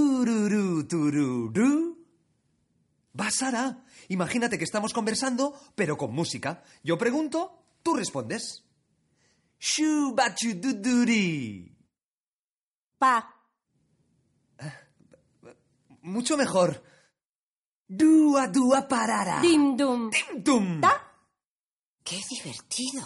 tururú, tururú. Va Sara, imagínate que estamos conversando, pero con música. Yo pregunto, tú respondes. Shu bachu du duri. Pa. Mucho mejor. Dua dua parara. Dim dum. Tim tum. Ta. ¡Qué divertido!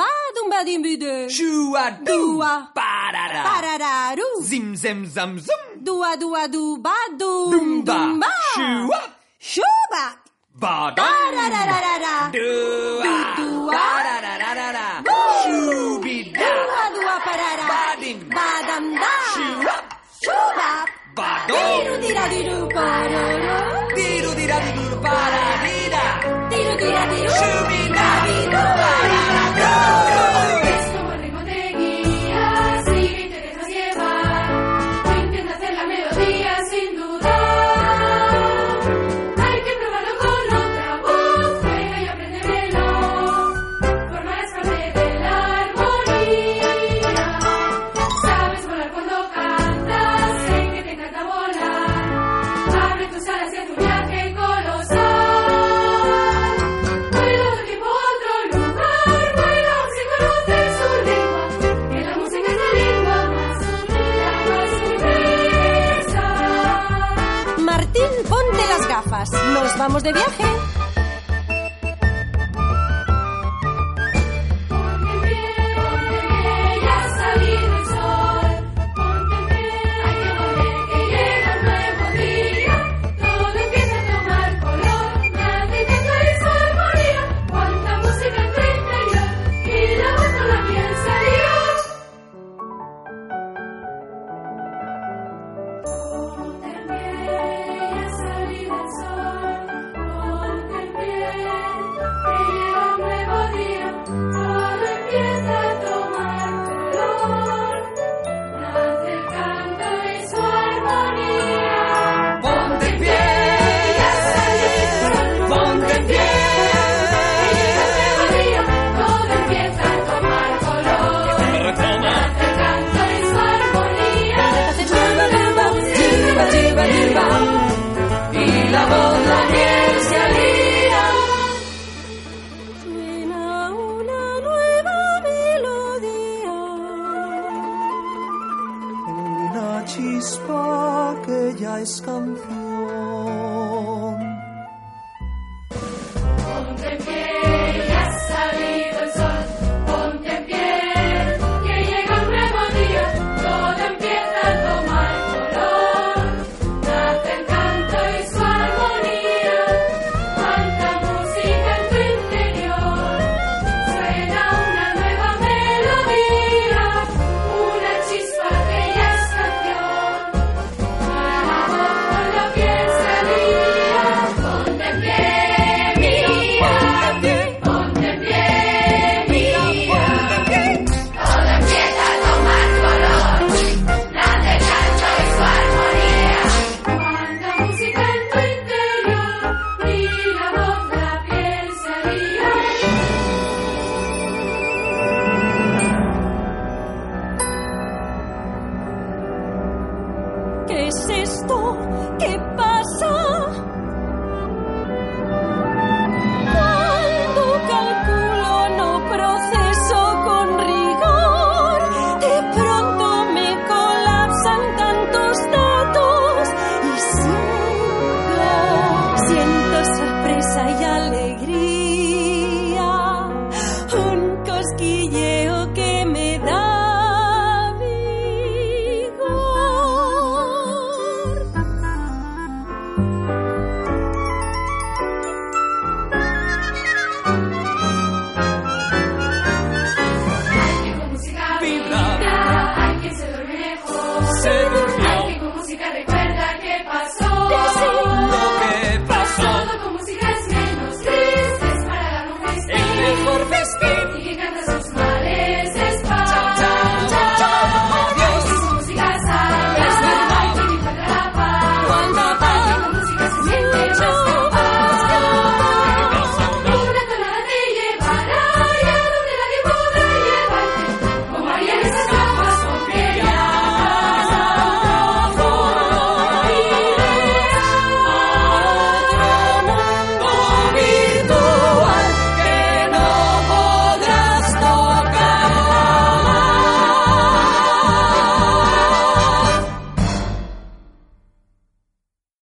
Ba dum ba dim bi de. Shua du Dua. parara. Parararu. Zim zem zam zum. Dua dua du ba dum. Dumba. Dum ba. Shua. Shuba. Badam. Tararararara. Dua. Dua. Pararararara. Shubida. Dua dua parara. Badim. Badam da. Shua. Shuba. Diru Badum. dira diru parara. Diru dira diru pararira. Diru dira diru. Shubida. Es como el ritmo te guía, sigue y te dejas llevar. Intenta hacer la melodía sin dudar. Hay que probarlo con otra voz, juega y aprendemelo. Forma es parte de la armonía. Sabes volar cuando cantas, sé que te encanta volar. Abre tus alas y haz un viaje colosal. Vuela de un tiempo a otro lugar, vuela si conoces su lengua, que la música es la lengua más unida, más universal. Martín, ponte las gafas. Nos vamos de viaje. Ponte en pie, ponte en pie, ya ha salido el sol. Ponte en pie, hay que volver, que llega un nuevo día. Todo empieza a tomar color, nadie deja de su armonía. Cuánta música en tu interior, y la voz no la piensa Dios. Ponte en pie, ya ha salido el sol. Ponte en pie, que llega un nuevo día. Todo empieza a tomar color. Nace el canto y su armonía. Ponte en pie. Ponte en pie. Todo empieza a tomar color. Nace el canto y su armonía. Y la voz la miel se alía. Suena una nueva melodía. Una chispa que ya es canción. Ponte en pie, ya ha salido el sol. Ponte en pie, que llega un nuevo día. Todo empieza a tomar color. Nace el canto y su armonía. Cuánta música en tu interior. Suena una nueva melodía. Una chispa que ya es canción. Con lo que sabía, ponte en pie, mira, ponte en pie, mira. Todo empieza a tomar color, nace el canto y su armonía. Cuánta música en tu interior, y la voz, la piel salía. ¿Qué es esto? ¿Qué pasa? Cuando calculo no proceso con rigor, de pronto me colapsan tantos datos y siento, siento sorpresa y alegría, un cosquilleo que me da vigor. Hay que con música Vibra. vibra, hay quien se duerme mejor, Se durmió. hay que con música recuerda.